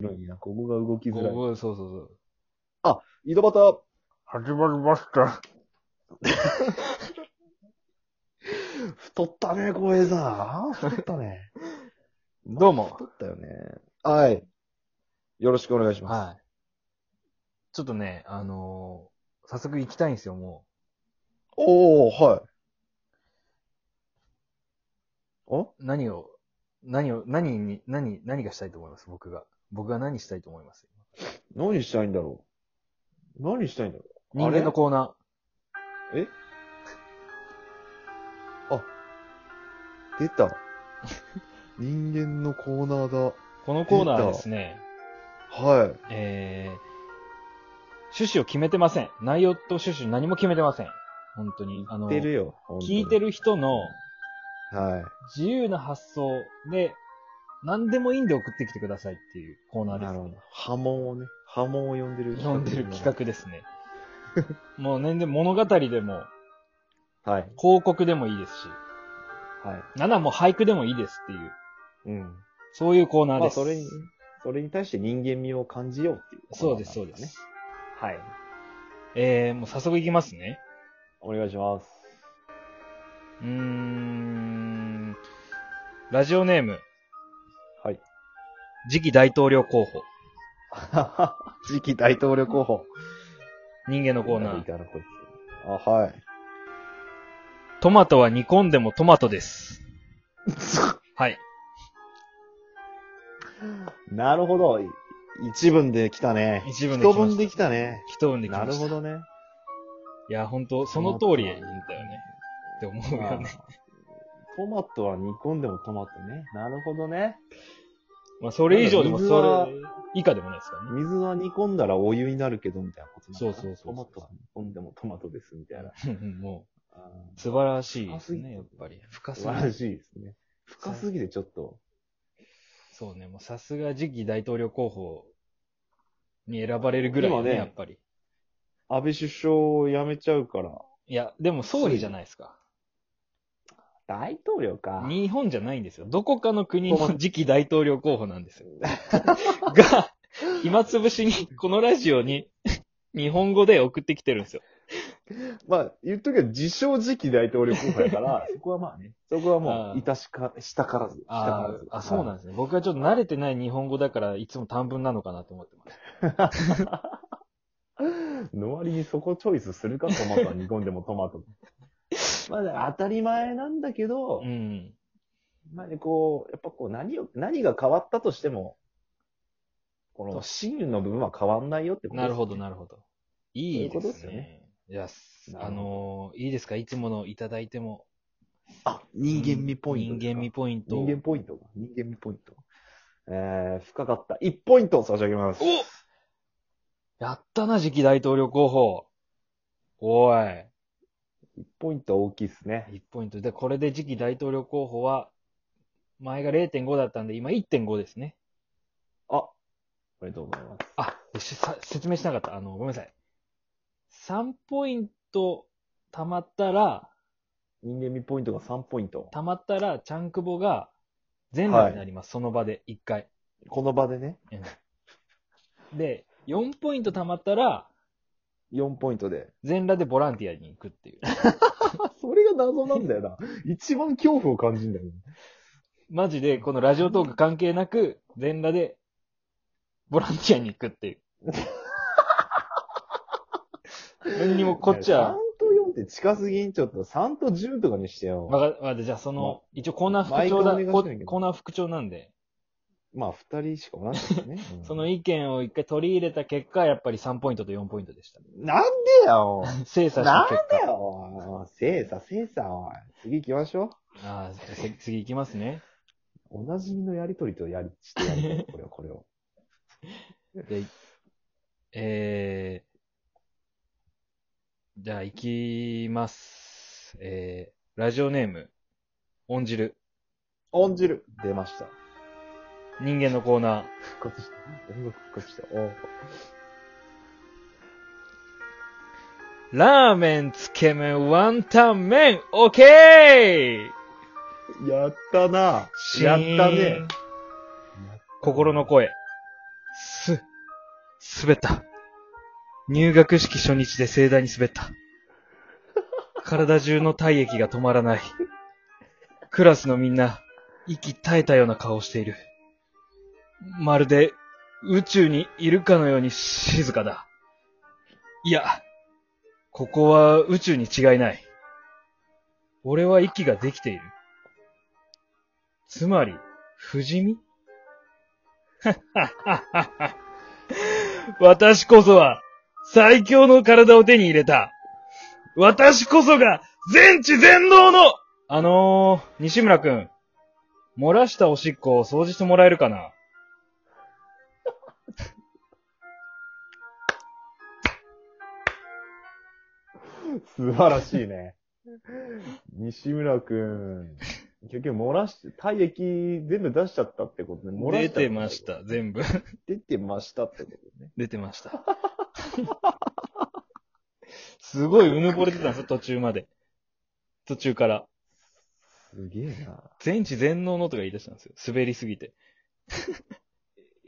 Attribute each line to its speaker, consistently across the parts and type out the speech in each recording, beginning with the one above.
Speaker 1: 白いな。ここが動きづらい。
Speaker 2: ここそうそうそう。
Speaker 1: 井戸端、
Speaker 2: 始まりました。
Speaker 1: 太ったね、浩平さん。太ったね。
Speaker 2: どうも。
Speaker 1: 太ったよね。はい。よろしくお願いします。
Speaker 2: はい。ちょっとね、あのー早速行きたいんですよ、も
Speaker 1: おー、はい。お
Speaker 2: う。何を、何を、何に、何、何がしたいと思います、僕が。僕が何したいと思います。
Speaker 1: 何したいんだろう何したいんだろ
Speaker 2: 人間のコーナ
Speaker 1: う出 た。人間のコーナー
Speaker 2: ー。このコーナーはですね、
Speaker 1: だ。はい。
Speaker 2: えー、趣旨を決めてません。内容と趣旨何も決めてません。本当に。あ
Speaker 1: 聞
Speaker 2: の、
Speaker 1: いてるよ。
Speaker 2: 聞いて
Speaker 1: る。
Speaker 2: る人の
Speaker 1: はい。
Speaker 2: 自由な発想で、何でもいいんで送ってきてくださいっていうコーナーです、
Speaker 1: な
Speaker 2: ね。
Speaker 1: るほど。波紋をね、波紋を呼んでる。
Speaker 2: 読んでる企。画ですね。もう全然物語でも、
Speaker 1: はい。
Speaker 2: 広告でもいいですし、
Speaker 1: はい。
Speaker 2: なんならもう俳句でもいいですっていう、
Speaker 1: うん。
Speaker 2: そういうコーナー
Speaker 1: ま
Speaker 2: で
Speaker 1: あ、
Speaker 2: す。
Speaker 1: それに、それに対して人間味を感じようっていう、
Speaker 2: そうです、そうです。。
Speaker 1: はい。
Speaker 2: えー、もう早速いきますね。
Speaker 1: お願いします。
Speaker 2: うーん、ラジオネーム、
Speaker 1: はい。
Speaker 2: 次期大統領候補、
Speaker 1: 次期大統領候補。
Speaker 2: 人間のコーナ
Speaker 1: い
Speaker 2: ー。
Speaker 1: ただこいつあ、はい。
Speaker 2: トマトは煮込んでもトマト です。はい。
Speaker 1: なるほど。い一文で来たね。
Speaker 2: 一文で来ました
Speaker 1: 一文で来たね。
Speaker 2: 一文できま
Speaker 1: な
Speaker 2: した。
Speaker 1: るほどね。
Speaker 2: いや、本当その通りだよね。って思うよね。
Speaker 1: トマトは煮込んでもトマトね。なるほどね。
Speaker 2: まあ、それ以上でも
Speaker 1: 水は
Speaker 2: それ以下でもないですからね。
Speaker 1: 水は煮込んだらお湯になるけど、みたいなことなのかな
Speaker 2: そうそうそ
Speaker 1: ト
Speaker 2: うそう
Speaker 1: マトは煮込んでもトマトです、みたいな。
Speaker 2: うんうん も
Speaker 1: あ
Speaker 2: う、素晴らしいで
Speaker 1: 深
Speaker 2: す
Speaker 1: すぎ
Speaker 2: ね、やっぱり。深
Speaker 1: ー
Speaker 2: す
Speaker 1: 素
Speaker 2: ぎ
Speaker 1: 晴ら
Speaker 2: る。
Speaker 1: しいですね。深すぎてちょっと。
Speaker 2: そうね、もうさすが次期大統領候補に選ばれるぐらいだ
Speaker 1: 今
Speaker 2: ね、
Speaker 1: ね
Speaker 2: やっぱり。
Speaker 1: 安倍首相を辞めちゃうから。
Speaker 2: いや、でも総理じゃないですか。
Speaker 1: 大統領か。
Speaker 2: 日本じゃないんですよ。どこかの国の
Speaker 1: そう
Speaker 2: 次期大統領候補なんですよ。 が、暇つぶしに、このラジオに、日本語で送ってきてるんですよ。
Speaker 1: まあ、言っとけば自称次期大統領候補やから、 そこはまあね。そこはも
Speaker 2: あ
Speaker 1: う、
Speaker 2: ー
Speaker 1: いたしか、したからず。したか
Speaker 2: あ
Speaker 1: らず。
Speaker 2: ああ、そうなん
Speaker 1: ん
Speaker 2: ですね。僕はちょっと慣れてない日本語だから、いつも短文なのかなと思ってます。
Speaker 1: の割にそこチョイスするか、トマトは煮込んでもトマト。 まあ、当たり前なんだけど、
Speaker 2: うん。
Speaker 1: まあね、こう、やっぱこう、何を、何が変わったとしても、こ
Speaker 2: そ
Speaker 1: の
Speaker 2: う
Speaker 1: 真の部分は変わんないよってことです
Speaker 2: なるほど、なるほど。いい
Speaker 1: そういうこ
Speaker 2: で
Speaker 1: とですすよ
Speaker 2: ね。いや、す
Speaker 1: な
Speaker 2: あ
Speaker 1: るほど
Speaker 2: のーいいですかいつものいただいても。
Speaker 1: あ、人間味ポイント。
Speaker 2: 人間味ポイント。
Speaker 1: 人間ポイントか。人間味ポイント。えー、深かった。1ポイント差し上げます。
Speaker 2: おやったな、次期大統領候補。おい。
Speaker 1: 1ポイント大きいですね。
Speaker 2: 1ポイント。で、これで次期大統領候補は、前が0.5だったんで、今1.5ですね。
Speaker 1: あ、ありがとうございます。
Speaker 2: あ、しさ説明しなかった。あの、ごめんなさい。3ポイント溜まったら、
Speaker 1: 人間味ポイントが3ポイント。
Speaker 2: 溜まったら、チャンクボが全裸になります。その場で、1回。
Speaker 1: この場でね、
Speaker 2: で、4ポイント貯まったら、
Speaker 1: 4ポイントで。
Speaker 2: 全裸でボランティアに行くっていう。
Speaker 1: あ、それが謎なんだよな。一番恐怖を感じるんだよね。
Speaker 2: マジで、このラジオトーク関係なく、全裸で、ボランティアに行くっていう。何にもこっち
Speaker 1: 3
Speaker 2: は、
Speaker 1: と4って近すぎん、ちょっと3と10とかにしてよ。
Speaker 2: わかわかったじゃあその、一応コーナー副長
Speaker 1: 毎回お願い
Speaker 2: だ、
Speaker 1: し
Speaker 2: コ
Speaker 1: てんだけど
Speaker 2: コーナー副長なんで、
Speaker 1: まあ、2人しかおらんから ね。うん
Speaker 2: その意見を一回取り入れた結果、やっぱり3ポイントと4ポイントでした。
Speaker 1: なんでや、おい。
Speaker 2: 精査した
Speaker 1: なん
Speaker 2: 結
Speaker 1: だ
Speaker 2: 果。
Speaker 1: よ、おい。精査、精査、おい。次行きましょ
Speaker 2: ああ、次次行きますね。
Speaker 1: う。おなじみのやりとりとやり、してやりとり、これを、これを。
Speaker 2: で、えー、じゃあ行きます。えー、ラジオネーム、音汁、
Speaker 1: 音汁。出ました。
Speaker 2: 人間のコーナー。
Speaker 1: 復活した。音楽復活した。お
Speaker 2: ラーメン、つけ麺、ワンタン麺、オッケー
Speaker 1: やったなやったね。
Speaker 2: 心の声。滑った。入学式初日で盛大に滑った。体中の体液が止まらない。クラスのみんな、息絶えたような顔をしている。まるで、宇宙にいるかのように静かだ。いや、ここは宇宙に違いない。俺は息ができている。つまり、不死身 私こそは、最強の体を手に入れた。私こそが、全知全能のあのー、西村くん。漏らしたおしっこを掃除してもらえるかな
Speaker 1: 素晴らしい ね。西村くん、結局漏らして、体液全部出しちゃったってことね。漏ら
Speaker 2: 出
Speaker 1: しちゃった
Speaker 2: てまし。た、全部。
Speaker 1: 出てましたってことね。
Speaker 2: 出てました。 すごいうぬぼれてたんですよ、途中まで。途中から。
Speaker 1: すげえな。
Speaker 2: 全知全能のとか言い出したんですよ。滑りすぎて。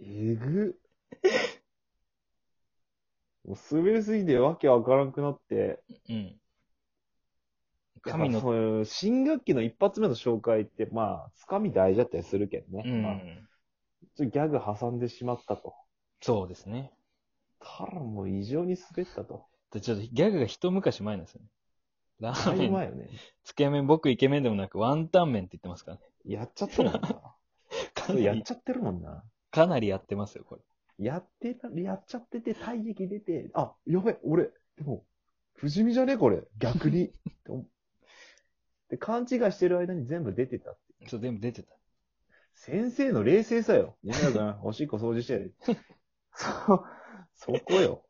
Speaker 1: え ぐ。もう滑りすぎてわけわからんくなって。
Speaker 2: うん。
Speaker 1: や
Speaker 2: 神
Speaker 1: っぱ
Speaker 2: の、
Speaker 1: そういう新学期の一発目の紹介って、まあ、つかみ大事だったりするけどね。
Speaker 2: う
Speaker 1: まあ
Speaker 2: ん。
Speaker 1: ちょっとギャグ挟んでしまったと。
Speaker 2: そうですね。
Speaker 1: たらもう異常に滑ったと。
Speaker 2: でちょっとギャグが一昔前なんですよね。ラ
Speaker 1: だ
Speaker 2: ー
Speaker 1: い
Speaker 2: メ
Speaker 1: ぶ
Speaker 2: ン、
Speaker 1: 前よね。
Speaker 2: つけ麺、僕イケメンでもなくワンタン麺って言ってますからね。
Speaker 1: やっちゃったもんな。
Speaker 2: か
Speaker 1: それ
Speaker 2: な
Speaker 1: やっ
Speaker 2: り、
Speaker 1: ちゃってるもんな。
Speaker 2: かなりやってますよ、これ。
Speaker 1: やってた、やっちゃってて、体液出て、あ、やべ、俺、でも、不死身じゃねこれ、逆に。って思で、勘違いしてる間に全部出てた。
Speaker 2: ちょっと全部出てた。
Speaker 1: 先生の冷静さ よ。西村君、おしっこ掃除してる。そ、そこ よ。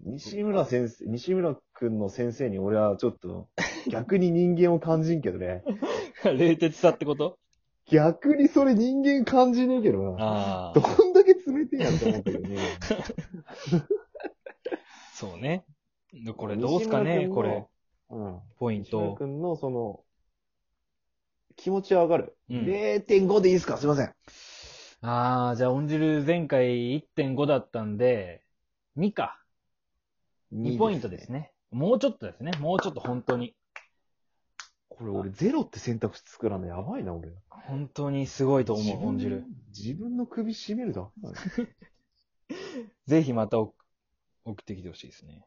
Speaker 1: 西村先生、西村君の先生に俺はちょっと、逆に人間を感じんけどね。
Speaker 2: 冷徹さってこと
Speaker 1: 逆にそれ人間感じねえけどな。
Speaker 2: ああ。
Speaker 1: どんだけ冷てえやんと思うけどね。
Speaker 2: そうね。で これどうすかね、これ。。
Speaker 1: うん。
Speaker 2: ポイン
Speaker 1: 西村
Speaker 2: ト。
Speaker 1: 君のその、気持ちはわかる。
Speaker 2: うん
Speaker 1: 0.5でいいですかすいません。
Speaker 2: ああ、じゃあ、音汁前回1.5だったんで、2か。2ポイントです
Speaker 1: ね。
Speaker 2: ね。もうちょっとですね。もうちょっと本当に。
Speaker 1: これ俺ゼロって選択肢作らんのやばいな、俺。
Speaker 2: 本当にすごいと思
Speaker 1: 自
Speaker 2: う、
Speaker 1: 分
Speaker 2: 音汁。
Speaker 1: 自分の首絞めるだけだね。
Speaker 2: ぜひまた送送ってきてほしいですね。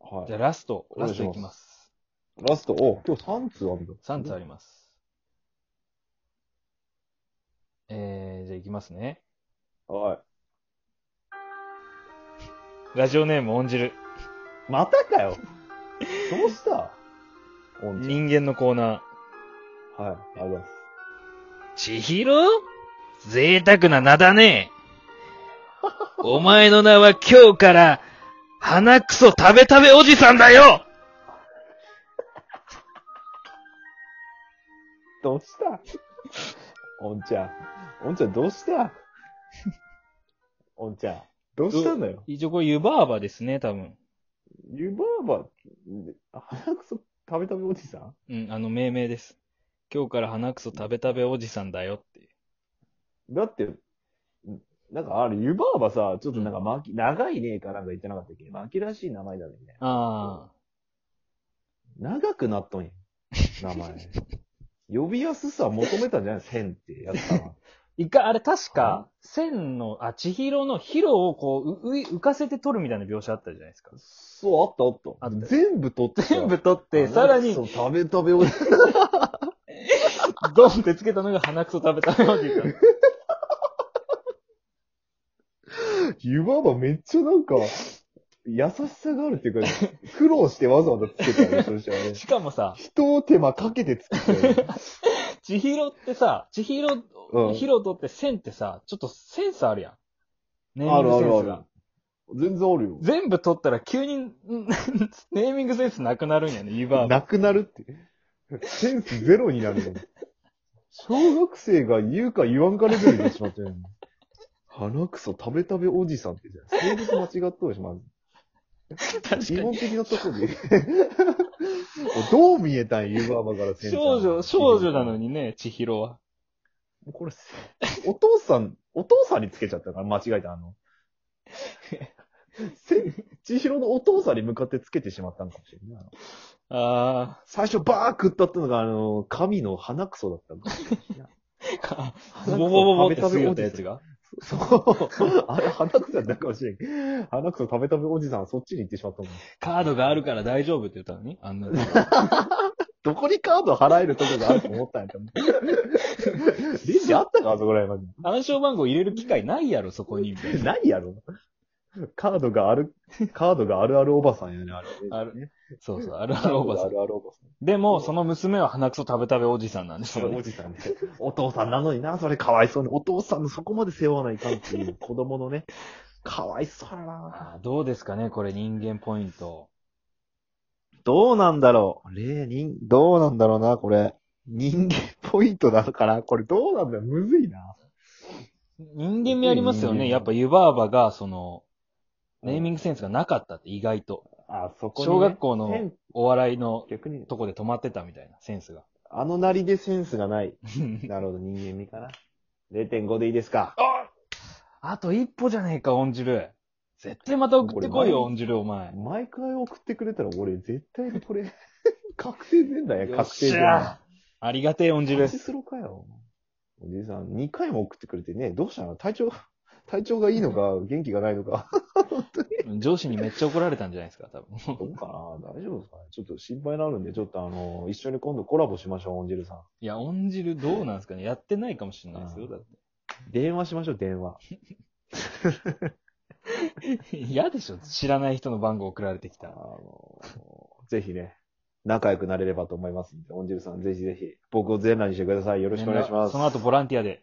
Speaker 1: は
Speaker 2: じゃあ、ラスト、
Speaker 1: お
Speaker 2: ラ
Speaker 1: 願
Speaker 2: ス
Speaker 1: いし
Speaker 2: ト
Speaker 1: ます
Speaker 2: いき
Speaker 1: い。
Speaker 2: ます。
Speaker 1: ラスト、お、今日3通あるんだ。
Speaker 2: 3つあります。えー、じゃあ、いきますね。
Speaker 1: は
Speaker 2: ラジオネーム、音汁。
Speaker 1: い。またかよ。どうしたおんち
Speaker 2: 人間のコーナ
Speaker 1: ゃ
Speaker 2: ー。
Speaker 1: ん。はい。ありがとうございます。
Speaker 2: 千尋贅沢な名だね。 お前の名は今日から、鼻くそ食べ食べおじさんだよ
Speaker 1: どうしたおんちゃん。おんちゃんどうしたおんちゃん。どうしたのよ。
Speaker 2: 一応これ湯婆婆ですね、多分。
Speaker 1: 湯婆婆、鼻くそ食べ食べおじさん
Speaker 2: うん、あの命名です。今日から鼻くそ食べ食べおじさんだよっていう。
Speaker 1: だって、んなんかあれ、湯婆婆さ、ちょっとなんか巻き、長いねえかなんか言ってなかったっけ巻きらしい名前だね。
Speaker 2: あ
Speaker 1: 長くなっとんや。名前。呼びやすさを求めたんじゃない千ってやったわ。
Speaker 2: ー。一回、あれ確か、千の、あ、千尋のヒロをこう、う、うい浮かせて撮るみたいな描写あったじゃないですか。
Speaker 1: そう、あったあ
Speaker 2: あ
Speaker 1: っ。
Speaker 2: ったた
Speaker 1: 全部取ってた。
Speaker 2: 全部撮って、さらに
Speaker 1: そ、う、食べ食べおじさん。
Speaker 2: ドンってつけたのが鼻くそ食べ食べおじさ ん。
Speaker 1: 湯婆婆めっちゃなんか、優しさがあるっていうか、苦労してわざわざつけたよね、そしたら ね。
Speaker 2: しかもさ、
Speaker 1: 人を手間かけてつけたよね。
Speaker 2: 千尋ってさ、千尋、
Speaker 1: うん
Speaker 2: ヒロトって線ってさ、ちょっとセンスあるやん。ネ
Speaker 1: あ
Speaker 2: ーミ
Speaker 1: るあ
Speaker 2: ングセンスが。
Speaker 1: るある。全然あるよ。
Speaker 2: 全部取ったら急に、ん ネーミングセンスなくなるんやね、湯婆婆。
Speaker 1: なくなるって。センスゼロになるよ。小学生が言うか言わんかレベルになってしまってるよね。鼻くそ食べ食べおじさんってじゃん。性別間違っとるし、まず。
Speaker 2: 確
Speaker 1: 基本的なとこで。 どう見えたん、湯婆婆から先生。
Speaker 2: 少女、少女なのにね、千尋は。
Speaker 1: これ、お父さん、お父さんにつけちゃったから、間違えた、あの、 千、千尋のお父さんに向かってつけてしまったのかもしれない。
Speaker 2: あ
Speaker 1: 最初バー食ったったのが、あの、神の鼻くそだったのかもしれない。
Speaker 2: あ、
Speaker 1: 鼻
Speaker 2: ボ
Speaker 1: くそ
Speaker 2: ボボボって
Speaker 1: 食
Speaker 2: す
Speaker 1: べ
Speaker 2: ぐ
Speaker 1: 食べ
Speaker 2: や
Speaker 1: おじ
Speaker 2: ったや
Speaker 1: や
Speaker 2: つ
Speaker 1: つが。
Speaker 2: が。
Speaker 1: そう。あれ、鼻くそだったかもしれんけど。鼻くそ食べ食べおじさんはそっちに行ってしまったもん。
Speaker 2: カードがあるから大丈夫って言ったのに、あんなの。
Speaker 1: どこにカード払えるとこがあると思ったんやと思 う。レジあったかあそこらへんまで。
Speaker 2: 暗証番号入れる機会ないやろ、そこに。みたいな
Speaker 1: 何やろカードがある、カードがあるあるおばさんやね、あれ。
Speaker 2: あるそうそう、ある
Speaker 1: カ
Speaker 2: あ
Speaker 1: ー
Speaker 2: る
Speaker 1: ド
Speaker 2: おば
Speaker 1: が
Speaker 2: さ
Speaker 1: あ
Speaker 2: ん。
Speaker 1: るあるおばさん。
Speaker 2: でも、その娘は鼻くそ食べ食べおじさんなんです
Speaker 1: そ
Speaker 2: よ
Speaker 1: れお
Speaker 2: ね。
Speaker 1: じさんで。 お父さんなのにな、それかわいそうに。お父さんのそこまで背負わないかんっていう子供のね。かわいそうだな
Speaker 2: あーどうですかね、これ人間ポイント。
Speaker 1: どうなんだろう。レーニン、どうなんだろうな、これ。人間ポイントなのかなこれどうなんだろうむずいな。
Speaker 2: 人間味ありますよ
Speaker 1: うん
Speaker 2: ね。やっぱ湯婆婆が、その、ネーミ
Speaker 1: ング。
Speaker 2: ングセンスがなかったって意外と。
Speaker 1: あ、そこにね、
Speaker 2: 小学校の
Speaker 1: セン
Speaker 2: お笑いの
Speaker 1: 逆に、
Speaker 2: とこで止まってたみたいな、センスが。
Speaker 1: あのなりでセンスがない。なるほど、人間味かな。0.5でいいですか。
Speaker 2: あと一歩じゃねえか、オン汁。絶対また送ってこ
Speaker 1: これ前
Speaker 2: いよ、
Speaker 1: に
Speaker 2: オン汁、お前。
Speaker 1: 毎回送ってくれたら俺絶対にこれ、 確定前だよ、確定
Speaker 2: よっし
Speaker 1: 前
Speaker 2: ゃありがてえ、オン汁
Speaker 1: パチ。スロかよ。おじいさん、2回も送ってくれてね、どうしたの体調、体調がいいのか、元気がないのか。
Speaker 2: 上司にめっちゃ怒られたんじゃないですか、多分。
Speaker 1: どうかな大丈夫ですかねちょっと心配になるんで、ちょっとあの、一緒に今度コラボしましょう、オンジェルさん。
Speaker 2: いや、オン汁どうなんですかねやってないかもしれないですよ、だっ
Speaker 1: 電話しましょう、電話。
Speaker 2: て。 嫌でしょ知らない人の番号送られてき
Speaker 1: あ
Speaker 2: た。
Speaker 1: の、ぜひね、仲良くなれればと思いますんで、オンジェルさん、ぜひぜひ、僕を全裸にしてください。よろしくお願いします。
Speaker 2: その後ボランティアで